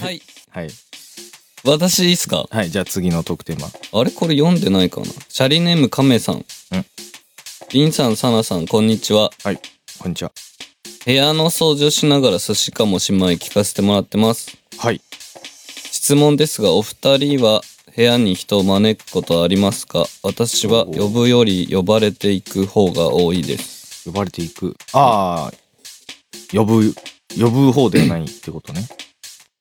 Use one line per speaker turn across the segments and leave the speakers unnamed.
はい。
はい。
私いいっすか
はい、じゃあ次の特典は。
あれこれ読んでないかなシャリネームカメさん。リンさん、サナさん、こんにちは。
はい。こんにちは。
部屋の掃除をしながら寿司かもしまい聞かせてもらってます。
はい。
質問ですが、お二人は部屋に人を招くことはありますか私は呼ぶより呼ばれていく方が多いです。
呼ばれていく。ああ、呼ぶ、呼ぶ方ではないってこと ね。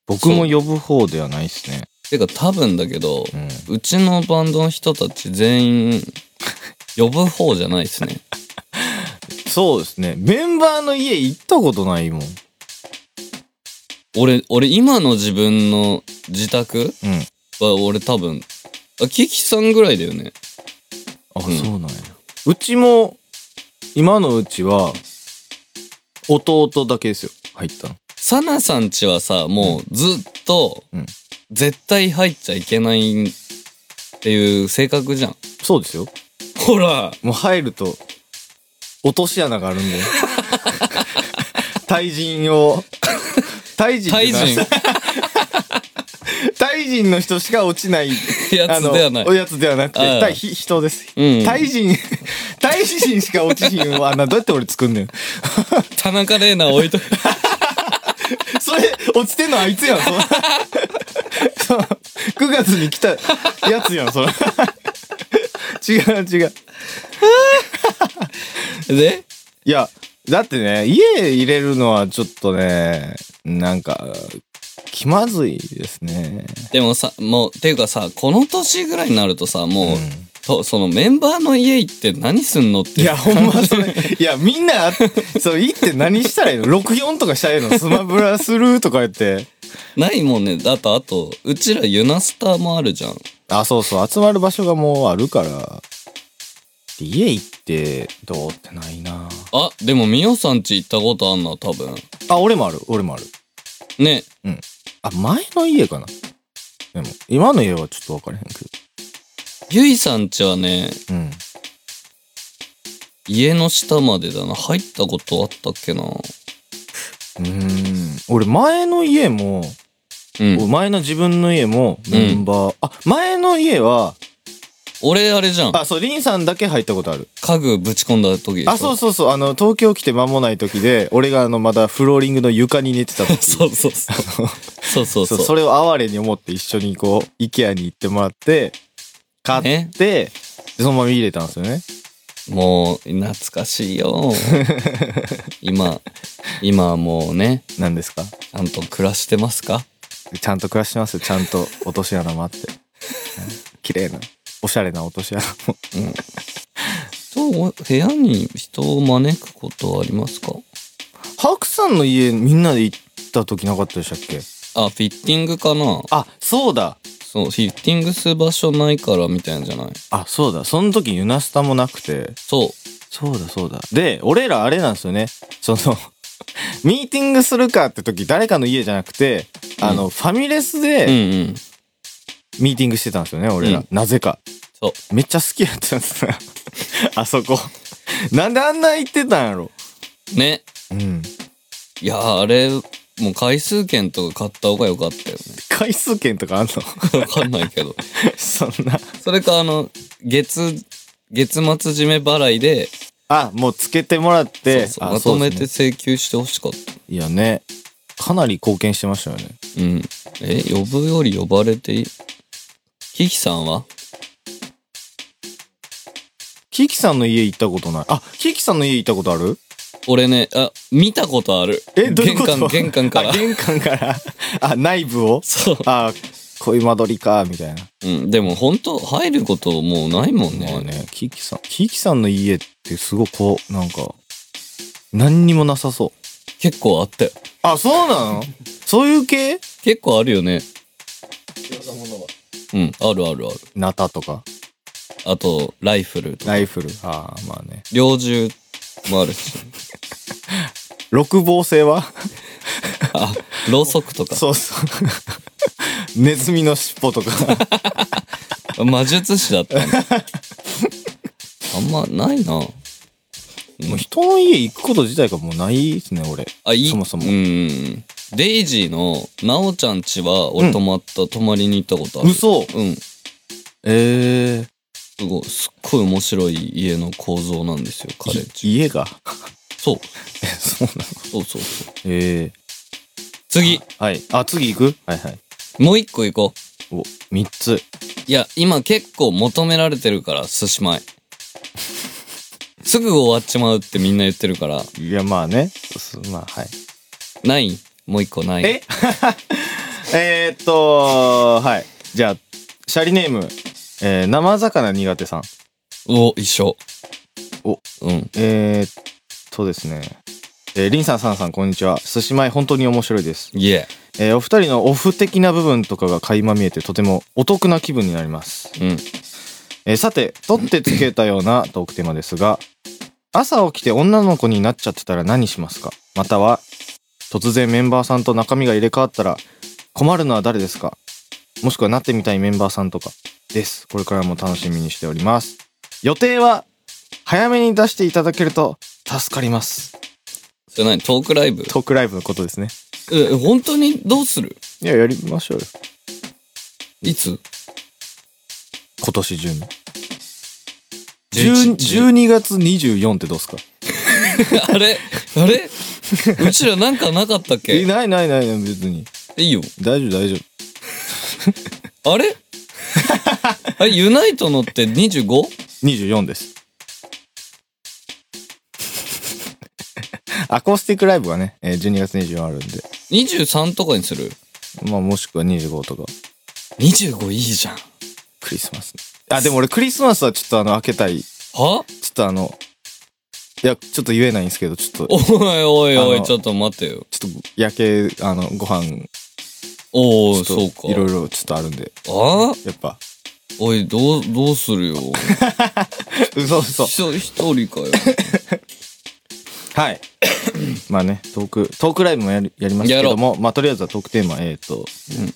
僕も呼ぶ方ではないですね。
てか多分だけど、
うん。
うちのバンドの人たち全員、呼ぶ方じゃないですね。
そうですね。メンバーの家行ったことないもん。うん。
俺、俺今の自分の自宅は俺多分、あ、キキさんぐらいだよね。
あ、
うん
そうなんや。うちも、今のうちは、弟だけですよ。入ったの。
サナさんちはさ、もうずっと
うん、
絶対入っちゃいけないっていう性格じゃん。
そうですよ。
ほら
もう入ると、落とし穴がある んで。対人を、対人っ
タ
て
イ
な
人
対人の人しか落ちない。
やつではない
あの。おやつではなくて、
ああ
対ひ人です。
うん
対人、 対人しか落ちひんわ。な、どうやって俺作んねん。
田中玲奈置いとく。
それ、落ちてんのあいつやん、その その9月に来たやつやん、それ。 違う違う。
で
いや、だってね、家入れるのはちょっとね、なんか、気まずいですね。
でもさ、もう、ていうかさ、この年ぐらいになるとさ、もう、
うん
とそのメンバーの家行って何すんのって。
いや、ほんまそれ。いや、みんな、そう、行って何したらいいの ?64 とかしたらいいのスマブラするとか言って。
ないもんね。だと、あと、うちらユナスターもあるじゃん。
あ、そうそう、集まる場所がもうあるから。家行って、どうってないな
あ、でも、ミオさんち行ったことあんな、多分。
あ、俺もある、俺もある。
ね。
あ、前の家かなでも、今の家はちょっとわからへんけど。
ゆいさんちはね、
うん。
家の下までだな。入ったことあったっけな。
うーん。俺、前の家も、
うん。
前の自分の家もメンバー、あ前の家は
俺、あれじゃん。
あそうリンさんだけ入ったことある
家具ぶち込んだ時でしょ
あそうそうそうあの東京来て間もない時で俺があのまだフローリングの床に寝てた 時
そうそうそう。 そうそう
そう
そう。
それを哀れに思って一緒にこう IKEA に行ってもらって買って、
ね
でそのまま入れたんですよね
もう、懐かしい よ。今、今はもうね、
何ですか
ちゃんと暮らしてますか
ちゃんと暮らしてますよちゃんと落とし穴もあって 綺麗なおしゃれな落とし穴も
そう、部屋に人を招くことはありますか
白さんの家みんなで行った時なかったでしたっけ
あ、フィッティングかな
あそうだ
そう、フィッティングする場所ないからみたいなんじゃない
あそうだその時ユナスタもなくて
そ
そうだそうだで俺らあれなんですよねその ミーティングするかって時誰かの家じゃなくてあの、ファミレス
う。う
で
んうん。
ミーティングしてたんですよね俺ら、
うん
なぜか
そう。
めっちゃ好きやったんですよ あそこ なんであんな行ってたんやろ
ね。
うん
いや、あれ、もう回数券とか買った方が良かったよ
回数券とかあんの
ね。 わかんないけど。
そんな
それか、あの、月、月末締め払いで、
あもうつけてもらっ
そ
て
うそう
あ
まとめ
そうで
て
す
請求してほしかった。
ねいやねかなり貢献してましたよね
うん。え、呼ぶより呼ばれていいキキさんは
キキさんの家行ったことないあキキさんの家行ったことある
俺ね、あ、見たことある。
え、どういうこと
玄関、玄関か
あ
ら。
玄関から。あ、内部 を
そう。
あ、恋間取りか、みたいな。
うん。でも本当入ることもうないもんね。
まあね、キキさん。キキさんの家ってすごくこう、なんか、何にもなさそう。
結構あったよ。
あ、そうなのそういう系
結構あるよね。うん、あるあるある。
ナタとか、
あと、ライフルとか。
ライフル。ああ、まあね。
猟銃もある し。
六芒星は
あ、ろうそくとか。
そうそう。ネズミの尻尾とか。
魔術師だったんだあんまないな。
もう人の家行くこと自体がもうないですね、俺。
あ、いい。
そもそも
うん。デイジーの、なおちゃんちは、俺泊まった、泊まりに行ったことある。
嘘
うん。
ええ
すごい、すっごい面白い家の構造なんですよ、カレッジ。
家が
そう。
えそうなの
そうそうそう。
ええ
次、
はいあ次行くはいはい
もう一個行こう。
お三つ
いや、今結構求められてるから、寿司米。すぐ終わっちまうってみんな言ってるから、
いやまあねすまあはい
ないもう一個ない。
え えーっとはいじゃあシャリネーム、えー、生魚苦手さん
お、一緒。
お、
うん。
えー、っとですねえー、リンさん、サンさん、こんにちは。寿司前、本当に面白いです。
いえ。
えーお二人のオフ的な部分とかが垣間見えて、とてもお得な気分になります。
うん。
えーさて、取ってつけたようなトークテーマですが、朝起きて女の子になっちゃってたら何しますかまたは、突然メンバーさんと中身が入れ替わったら困るのは誰ですかもしくはなってみたいメンバーさんとかです。これからも楽しみにしております。予定は、早めに出していただけると助かります。
それ何トークライブ
トークライブのことですね。
え、本当にどうする
いや、やりましょうよ。
いつ
今年中に。
11
12月24ってどうすか
あれあれうちらなんかなかったっ
え、
け
ないないないない、別に。
いいよ。
大丈夫大丈夫。
あれあれユナイトのって 25?
24です。 アコースティックライブがね、えー12月24あるんで、
23とかにする
まあもしくは25とか、
?25 いいじゃん。
クリスマス、あ、でも俺クリスマスはちょっとあの、開けたい。ち
は
ょっとあの、いや、ちょっと言えないんですけど、ちょっと、
おいおいお
あ
い、
の
ちょっと待てよ。
ちょっと焼け、あの、ご飯、
おお
ちょ
そう
っ
か
と、。いろいろちょっとあるんで、
あ
やっぱ、
おい、どう、どうするよ。
嘘嘘。
一人一人かよ。
はい。まあね、トーク、トークライブもやりやりますけども、まあとりあえずはトークテーマ、えっ、と、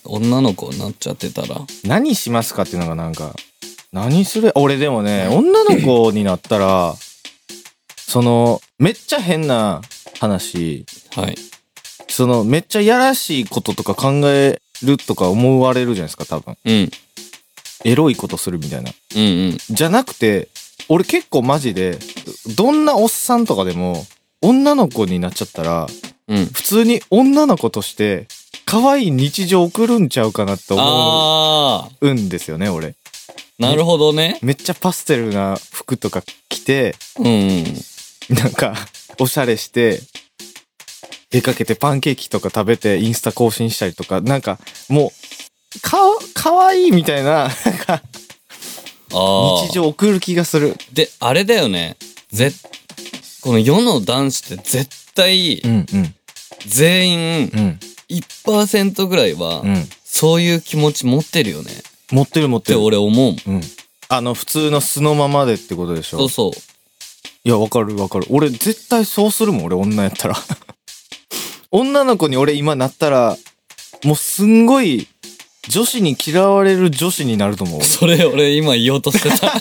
女の子になっちゃってたら。
何しますかっていうのがなんか何する俺でもね女の子になったらそのめっちゃ変な話
はい。
そのめっちゃやらしいこととか考えるとか思われるじゃないですか多分
うん。
エロいことするみたいな
うん
じゃなくて俺結構マジでどんなおっさんとかでも女の子になっちゃったら
うん。うん。
普通に女の子として可愛い日常送るんちゃうかなって思
あ
うんですよね俺
ー、なるほどね。
めっちゃパステルな服とか着て
うんうん。
なんか、おしゃれして、出かけてパンケーキとか食べてインスタ更新したりとか、なんか、もう、かわ、かわいいみたいな、なんか、
ああ。
日常送る気がする。
で、あれだよね。ぜ、この世の男子って絶対、
ん、うん、
全員
うん、
1%ぐらいは、
うん。
そういう気持ち持ってるよね。っ
持ってる持って
て
る。
俺思うもん。
うん。あの、普通の素のままでってことでし
そ
ょ
う。そう。
いや、わかるわかる。俺、絶対そうするもん、俺、女やったら。 女の子に俺今なったら、もうすんごい、女子に嫌われる女子になると思う。
それ俺今言おうとしてた。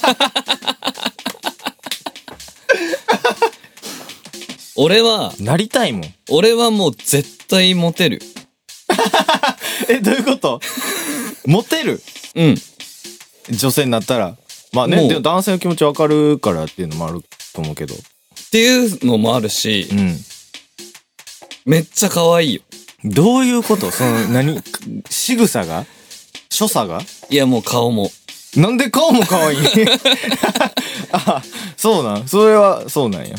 俺は、
なりたいもん。
俺はもう絶対モテる。
え、どういうことモテる
うん。
女性になったら。まあ
もう
ね、でも男性の気持ちわかるからっていうのもあると思うけど。
っていうのもあるし
う、ん。
めっちゃ可愛いよ。
どういうことその、何仕草が所作が
いやもう顔も。
なんで顔も可愛い あ、そうなんそれは、そうなんや。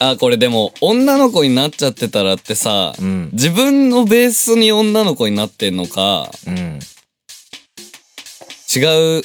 あ、これでも、女の子になっちゃってたらってさ、
うん。
自分のベースに女の子になってんのか、
うん。
違う、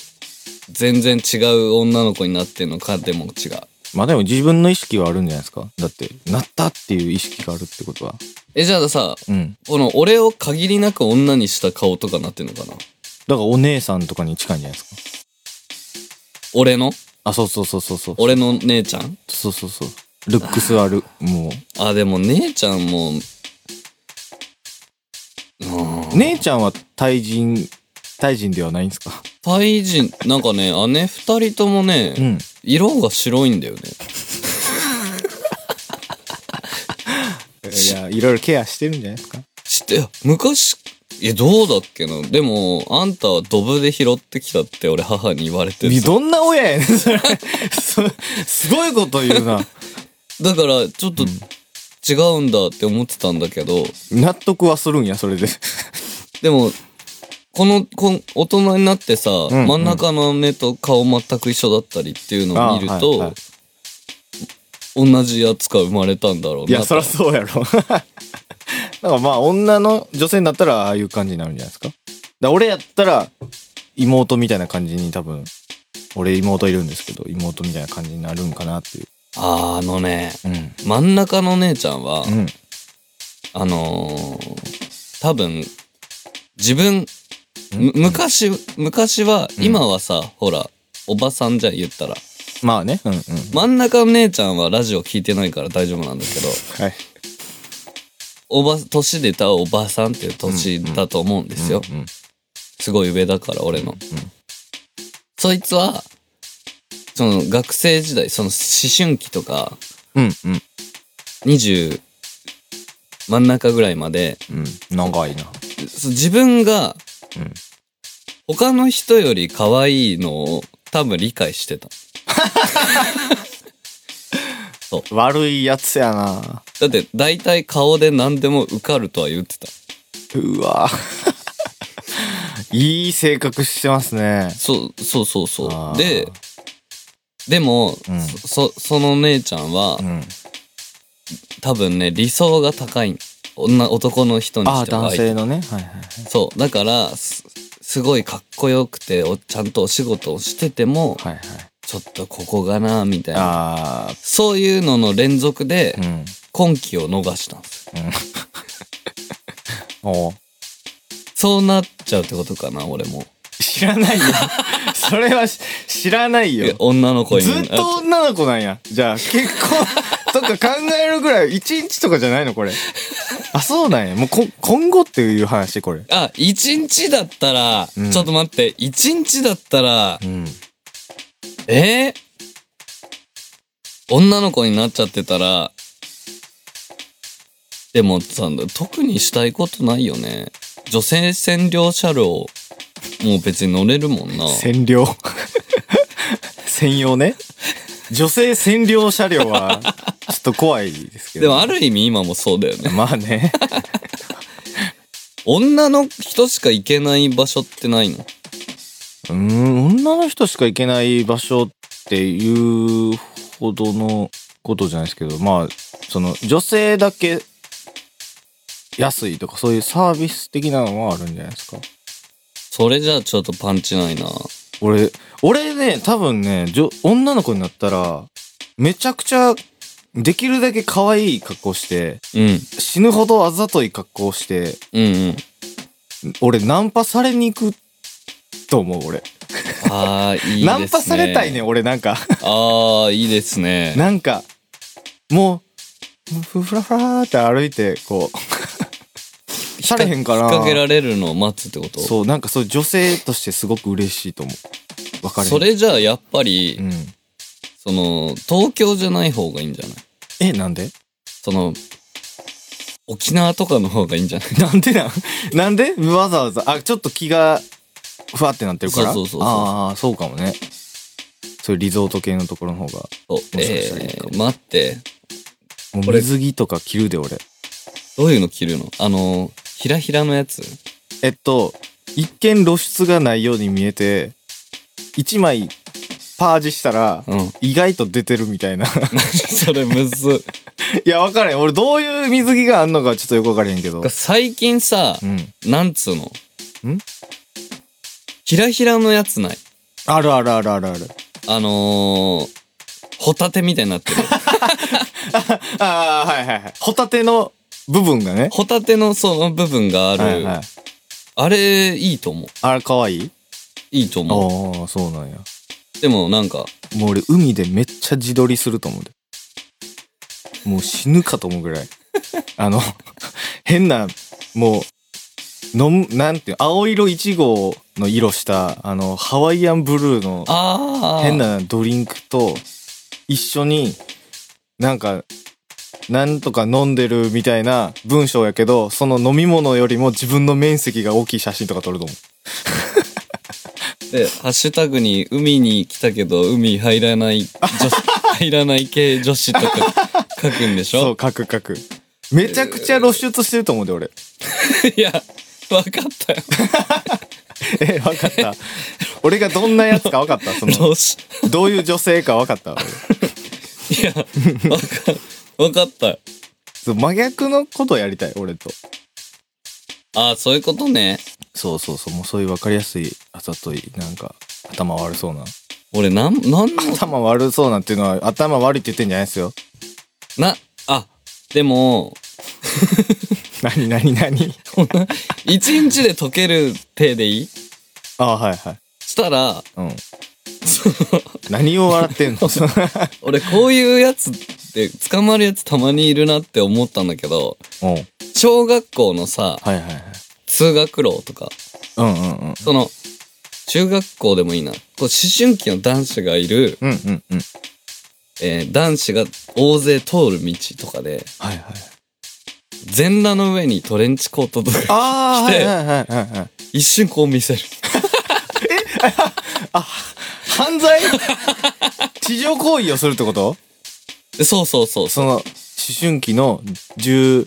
全然違う女の子になってんのかでも違う。
まあでも自分の意識はあるんじゃないですかだって、なったっていう意識があるってことは。
え、じゃあさ、
うん。
この俺を限りなく女にした顔とかなってんのかな
だからお姉さんとかに近いんじゃないですか
俺の
あ、そうそうそうそうそう。
俺の姉ちゃん
そうそうそう。ルックスある。もう。
あ、でも姉ちゃんも、うん
姉ちゃんはタイ人、タイ人ではないんですか
タイ人、なんかね、姉二人ともね、
ん。
色が白いんだよね。
いや、いろいろケアしてるんじゃないですか
して、いや昔、え、どうだっけな。でも、あんたはドブで拾ってきたって俺母に言われて
いや
さ
どんな親やねんそれそすごいこと言うな
だから、ちょっと違うんだって思ってたんだけど、
納得はするんやそれで
でも、この、こん大人になってさ、
ん
真ん中の目と顔全く一緒だったりっていうのを見る
あ
と、
はいはい
同じやつが生まれたんだろうない
やそりゃ
と
そうやろ だからまあ女の女性になったらああいう感じになるんじゃないですかだから俺やったら妹みたいな感じに多分俺妹いるんですけど妹みたいな感じになるんかなっていう
あーあのね、
うん
真ん中の姉ちゃんは、
うん
あのー多分、自分、む昔、昔は、今はさ、ほら、おばさんじゃん言ったら。
まあねうんうん
真ん中の姉ちゃんはラジオ聞いてないから大丈夫なんだけど、
はい
おば、年でたおばさんっていう年だと思うんですよ。
うん
すごい上だから、俺の。そいつは、その学生時代、その思春期とか、
うんうん
20、真ん中ぐらいまで、
うん長いな
そ自分が
うん、
他の人より可愛いのを多分理解してた。
悪いやつやな
だって大体顔で何でも受かるとは言ってた。
う わいい性格してますね
そう、そうそうそ
あ
う。
ー
で、でも、
うん
そ、そその姉ちゃんは、
うん
多分ね、理想が高い。女、男の人に
ああ
しては
男
相手
性のねはいはいはい
そう。だから、す、すごいかっこよくて、おちゃんとお仕事をしてても、
はいはい
ちょっとここがな、みたいな。
ああ
そういうのの連続で
う、ん
今期を逃したんです。
おう
そうなっちゃうってことかな、俺も。
知らないよ それはし知らない
いや
よ
女の子に
ずっと女の子なんやじゃあ結 婚とか考えるぐらい一日とかじゃないのこれあそうなんやもうこ今後っていう話これ
あ、一日だったら、
うん
ちょっと待って、一日だったら、
うん
えー女の子になっちゃってたら、でもさ、特にしたいことないよね。女性占領車両、もう別に乗れるもんな。
占領専用ね女性占領車両はちょっと怖いですけ
で
ど
もある意味今もそうだよね。
まあね
女の人しか行けない場所ってないの
うーん女の人しか行けない場所っていうほどのことじゃないですけどまあその女性だけ安いとかそういうサービス的なのはあるんじゃないですか
それじゃあちょっとパンチないな。
俺俺ね多分ね女女の子になったらめちゃくちゃできるだけ可愛い格好して
うん。
死ぬほどあざとい格好して
うんうん。
俺ナンパされに行くと思う俺
ああ、いいですね。
ナンパされたいね。俺なんか
ああ、いいですね。
なんか、もう、ふふらふらーって歩いて、こう、されへんか
引っ掛けら
な。
れるのを待つってこと
そう、なんかそう、女性としてすごく嬉しいと思う。わかる
それじゃあやっぱり、
うん。
その、東京じゃない方がいいんじゃない
え、なんで
その、沖縄とかの方がいいんじゃない
なんでなんなんでわざわざ。あ、ちょっと気が、ふわってなってるから。
そうそうそうそう
ああ、そうかもね。そういうリゾート系のところの方が。
お
しかしたらいい
え
かも
ー、待って。
もう
俺
水着とか着るで、俺。
どういうの着るのあの、ひらひらのやつ
えっと、一見露出がないように見えて、一枚パージしたら、
うん。
意外と出てるみたいな。
それむずっ。
いや、わからへん。俺、どういう水着があんのかちょっとよくわからへんけど。
最近さ
う、ん。
なんつうの
ん
ひらひらのやつない
あるあるあるあるある。
あのー、ホタテみたいになってる。
ああ、はいはいはい。ホタテの部分がね。
ホタテのその部分がある。
はいはい。
あれ、いいと思う。
あれ、かわいい
いいと思
ああ、そうなんや。
う。でもなんか、
もう俺、海でめっちゃ自撮りすると思うで。もう死ぬかと思うぐ らい。あの、変な、もう、のむ、なんていう、青色1号の色した、あの、ハワイアンブルーの
ああ。
変なドリンクと一緒になんかなんとか飲んでるみたいな文章やけど、その飲み物よりも自分の面積が大きい写真とか撮ると思う。
で、ハッシュタグに海に来たけど海入らない女 子、入らない系女子とか書くんでし
そ
ょ
う、書く書く。めちゃくちゃ露出してると思うで、俺。
いや、わかったよ。
え、わ かった。俺がどんなやつかわかったその、
露出
どういう女性かわかった俺
いや、わか、わかったよ。
そう真逆のことやりたい、俺と。
ああ、そういうことね。
そうそうそう、もうそういうわかりやすい、あざとい、なんか、頭悪そうな。
俺、なん、なんの、
頭悪そうなっていうのは、頭悪いって言ってんじゃないですよ。
な、あ、でも、
何何何
一日で溶ける手でいい
ああ、はいはい。
したら、
うん。何を笑ってんの
俺、こういうやつで捕まるやつたまにいるなって思ったんだけど、
うん。
小学校のさ、
はいはいはい。
通学路とか、
うんうんうん。
その、中学校でもいいな。こう思春期の男子がいる、
うんうんうん。
えー男子が大勢通る道とかで、
はいはい。
全裸の上にトレンチコートとか、
ああ、
来
はい
て
はいはいはいはい。
一瞬こう見せる。
犯 罪地上行為をするってこと
でそうそうそう。
その、思春期の12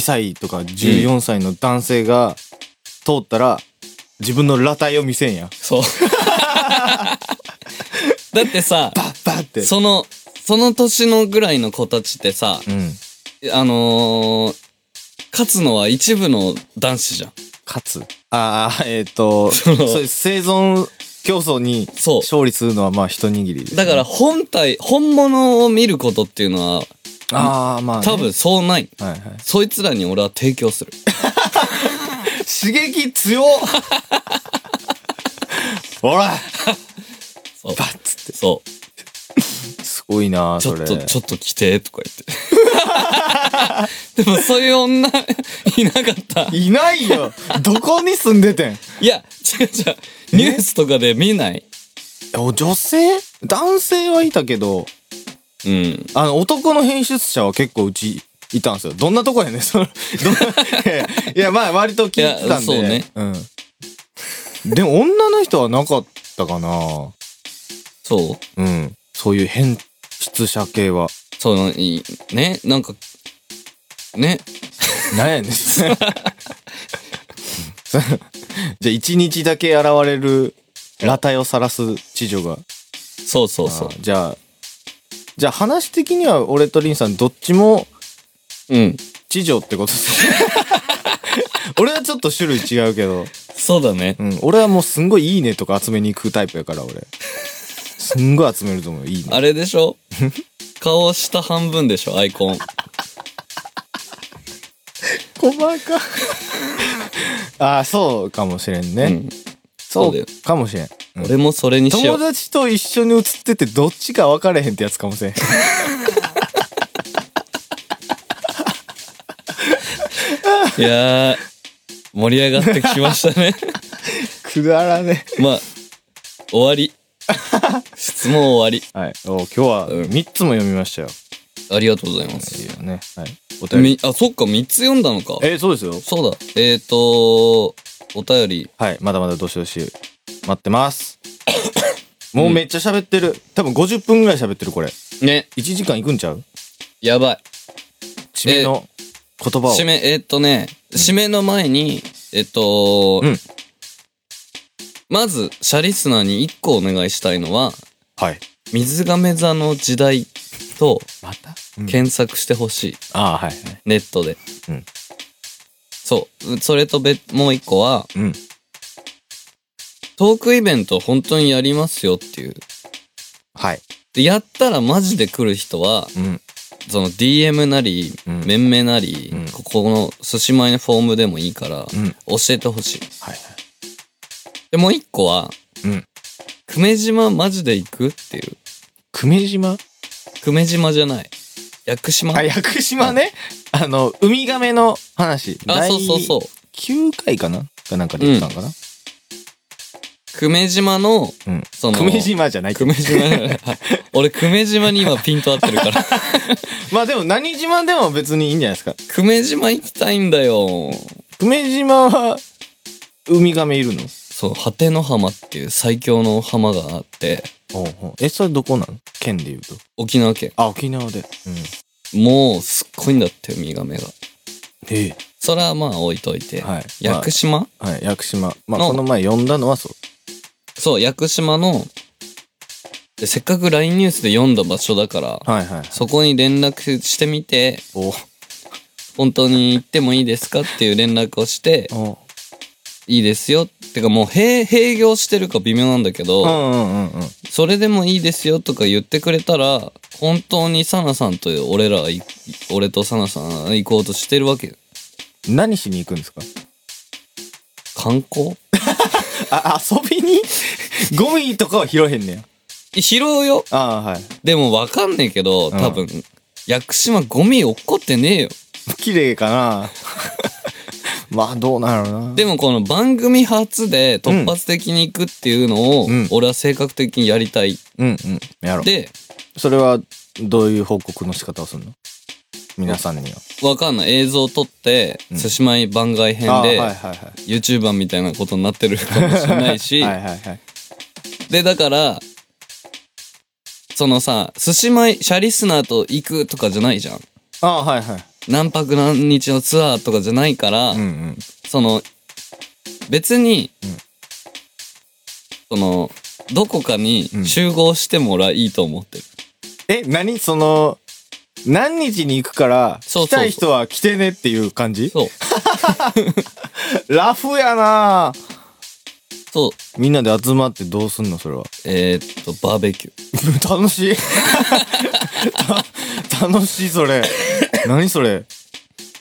歳とか14歳の男性が通ったら、自分の裸体を見せんや。
そう。だってさ、
バッバッって。
その、その年のぐらいの子たちってさ、
うん。
あのー、勝つのは一部の男子じゃん。
勝つ。ああ、えっ、と、
その
そういう生存競争に
そう
勝利するのはまあ一握りですね、
だから本体、本物を見ることっていうのは、
ああ、まあ、ね。
多分。そうない。
はいはい。
そいつらに俺は提供する。
刺激 強っほら
そう。
バッつっ
そ
て。すごいなあ
う。ちょ
そ
っ
れ。
と、ちょっと来て、とか言って。 でもそういう女、いなかった。
いないよどこに住んでてん
いや、違う違う。ニュースとかで見ない
お女性男性はいたけど、
うん。
あの、男の編出者は結構うちいたんですよ。どんなとこやねん、 その、どんないやいや いや、まあ割と聞いてたん
い
で。
やそうね
うん。でも女の人はなかったかな
そう
うん。そういう変出者系は。
そのいいねなんかね
なんや ねん。じゃあ一日だけ現れる裸体を晒す知女が。
そうそうそ
あーじゃあ、じゃあ話的には俺とリンさんどっちも
ううん
地上ってことです ね俺はちょっと種類違うけど、
そうだね
うん、俺はもうすんごいいいねとか集めに行くタイプやから俺すんごい集めると思ういいね
あれでしょ顔下半分でしょアイコン
細か ああそうかもしれんね、
うん
そ
そうだよ
うかもしれん、うん
俺もそれにしよ
友
う
達と一緒に写っててどっちか分かれへんってやつか もしれん
いやー盛り上がってきました ね
くだらね
まあ終わり質問終わり
えはいお今日は
うん
3つも読みましたよ、
ありがとうございます
いいよねはいお便り
みあそっか3つ読んだのか
えーそうですよ
そうだえっ、ー、とお便り
はい、まだまだどしどし待っ てます。もうめっちゃ喋ってる。多分50分ぐらい喋ってる、これ。1
ね
時間いくんちゃう
やばい
締めの言葉を。
締め、えーっとね、締めの前に、えーっと、
うん
まず、シャリスナーに1個お願いしたいのは、
はい。
水亀座の時代と
また、
検索してほしい、
ああ、はい。
ネットで。
うん
そう。それと別、もう1個は、
うん。
トークイベント本当にやりますよっていう。
はい。
でやったらマジで来る人は、
うん。
その DM なり、
うん
メンメなり、
うん
ここの寿司前のフォームでもいいから、
うん。
教えてほしい。
はい。
で、もう一個は、
うん。
久米島マジで行くっていう。
久米島
久米島じゃない。屋久島
あ、屋久島ね。あの、ウミガメの話。
あ、そうそうそう。
9回かなかなんかで言ったんかな、
久米島の、
うん
その、
久米島じゃない
久米島俺、久米島に今ピント合ってるから。
まあでも何島でも別にいいんじゃないですか
久米島行きたいんだよ。
久米島はウミガメいるの
そう、果ての浜っていう最強の浜があって、
えそれどこなの県でいうと
沖縄県。
あ沖縄でうん
もうすっごいんだって、ウミガメが。
え
それはまあ置いといて。
はい
屋久島、
まあはい屋久島まあ
の
この前呼んだのはそう
そう、屋久島の、でせっかく LINE ニュースで読んだ場所だから、
はいはい
そこに連絡してみて、
お
本当に行ってもいいですかっていう連絡をして、
お
いいですよ。てかもう閉閉業してるか微妙なんだけど、
うんうんうんうん
それでもいいですよとか言ってくれたら、本当にサナさんと俺らい、俺とサナさん行こうとしてるわけよ。
何しに行くんですか
観光
あ遊びに ゴミとかは拾えへんねや
拾うよ。
ああはい
でもわかんねえけど、多分、屋久島ゴミ落っこってねえよ。
綺麗かな まあどうなるな
でもこの番組初で突発的に行くっていうのを、
うん
俺は性格的にやりたい。
うんうんやろう
で、
それはどういう報告の仕方をするの皆さんには
わかんない。映像撮って、
うん
寿司米番外編
ああはい
で、
はいはい
YouTuber みたいなことになってるかもしれないし、
はいはいはい
で、だから、そのさ、寿司米、シャリスナーと行くとかじゃないじゃん。
ああはいはい
何泊何日のツアーとかじゃないから、
うんうん
その、別に、その、どこかに
うん
集合してもらいいと思ってる。
え何その何日に行くから
そうそうそう
来たい人は来てねっていう感じ
そう。
ラフやな
そう。
みんなで集まってどうすんのそれは
えーっと、バーベキュー。
楽しい た楽しいそ れ何それ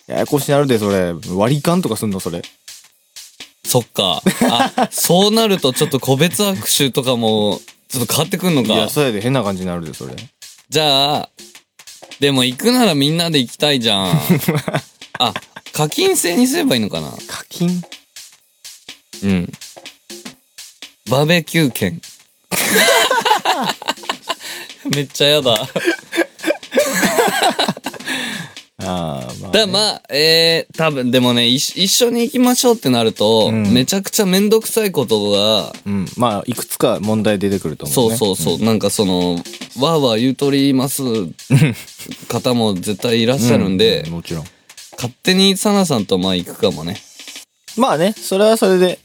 ややこしなるでそれ割り勘とかすんのそれ
そっか。 あ、そうなるとちょっと個別握手とかも、ちょっと変わってくんの
いや
か。
そうやで変な感じになるでそれ
じゃあ、でも行くならみんなで行きたいじ ゃん。あ、課金制にすればいいのかな
課金
うん。バーベキュー券。 めっちゃやだ。
ああまあ
だまあ、えー、多分でもね、いし一緒に行きましょうってなると、
うん
めちゃくちゃめんどくさいことが、
うん、まあいくつか問題出てくると思
そう
う、ね、
そうそう、なんかその、わーわー言うとり ます方も絶対いらっしゃるんで、
うもちろん
勝手にサナさんとまあ行くかもね。
まあねそれはそれで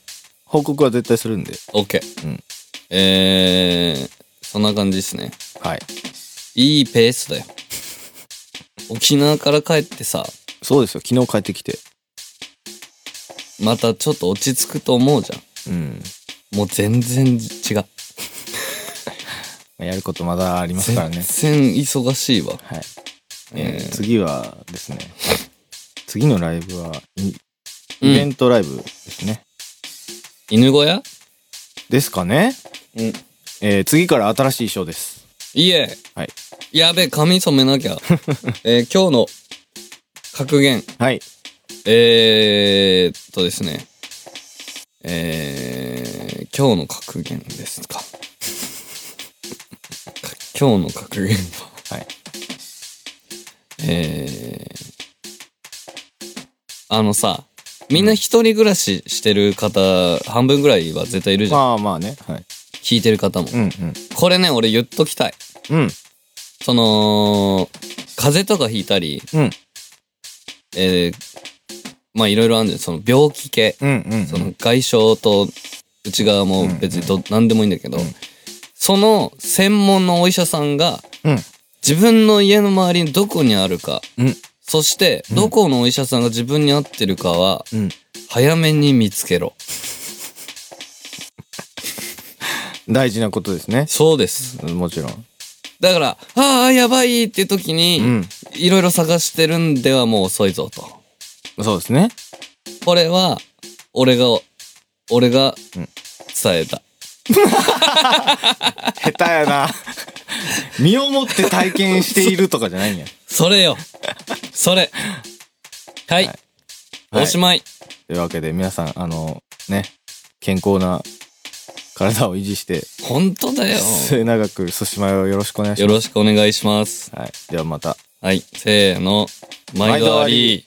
報告は絶対するんで
OK。
うん
えー、そんな感じですね。
はい
いいペースだよ。 沖縄から帰ってさ、
そうですよ昨日帰ってきて
またちょっと落ち着くと思うじゃ
うん
ん。もう全然違う。
やることまだありますからね
全然忙しいわ。
はい、
え
え
ー
ー次はですね次のライブはいイ
うん
ベントライブですね、
犬小屋
ですかね、
うん。
えー次から新しい衣装です
いえ。
はい
やべえ、髪染めなき ゃ。えー今日の格言。
はい
えー、っとですね。えー、今日の格言ですか。か 今日の格言は、
はい
えー、あのさ、みんな一人暮らししてる方、半分ぐらいは絶対いるじゃん。
まあまあねはい
聞いてる方も
う。ん
これね、俺言っときたい。
うんうん
その、風邪とかひいたり、
うん
えー、まあいろいろあるんで、その病気系、
うんうん
その外傷と内側も別にど、何でもいいんだけど、
うん
その専門のお医者さんが
うん
自分の家の周りにどこにあるか、
うん
そして
うん
どこのお医者さんが自分に合ってるかは
うん
早めに見つけろ。
大事なことですね
そうです。
もちろん
だから、ああ、やばいっていう時
う
に、
ん
いろいろ探してるんではもう遅いぞと。
そうですね
これは、俺が、俺が
うん
伝えた。
下手やな 身をもって体験しているとかじゃないんや
それよ。それ。はい。
はい
おしまい。
というわけで皆さんあのね健康な体を維持して
本当だよ。
末永く寿司米をよろしくお願いし
よ
ま
ろしくお願いします。
す。はい、ではまた。
はい、せーの。毎度あり。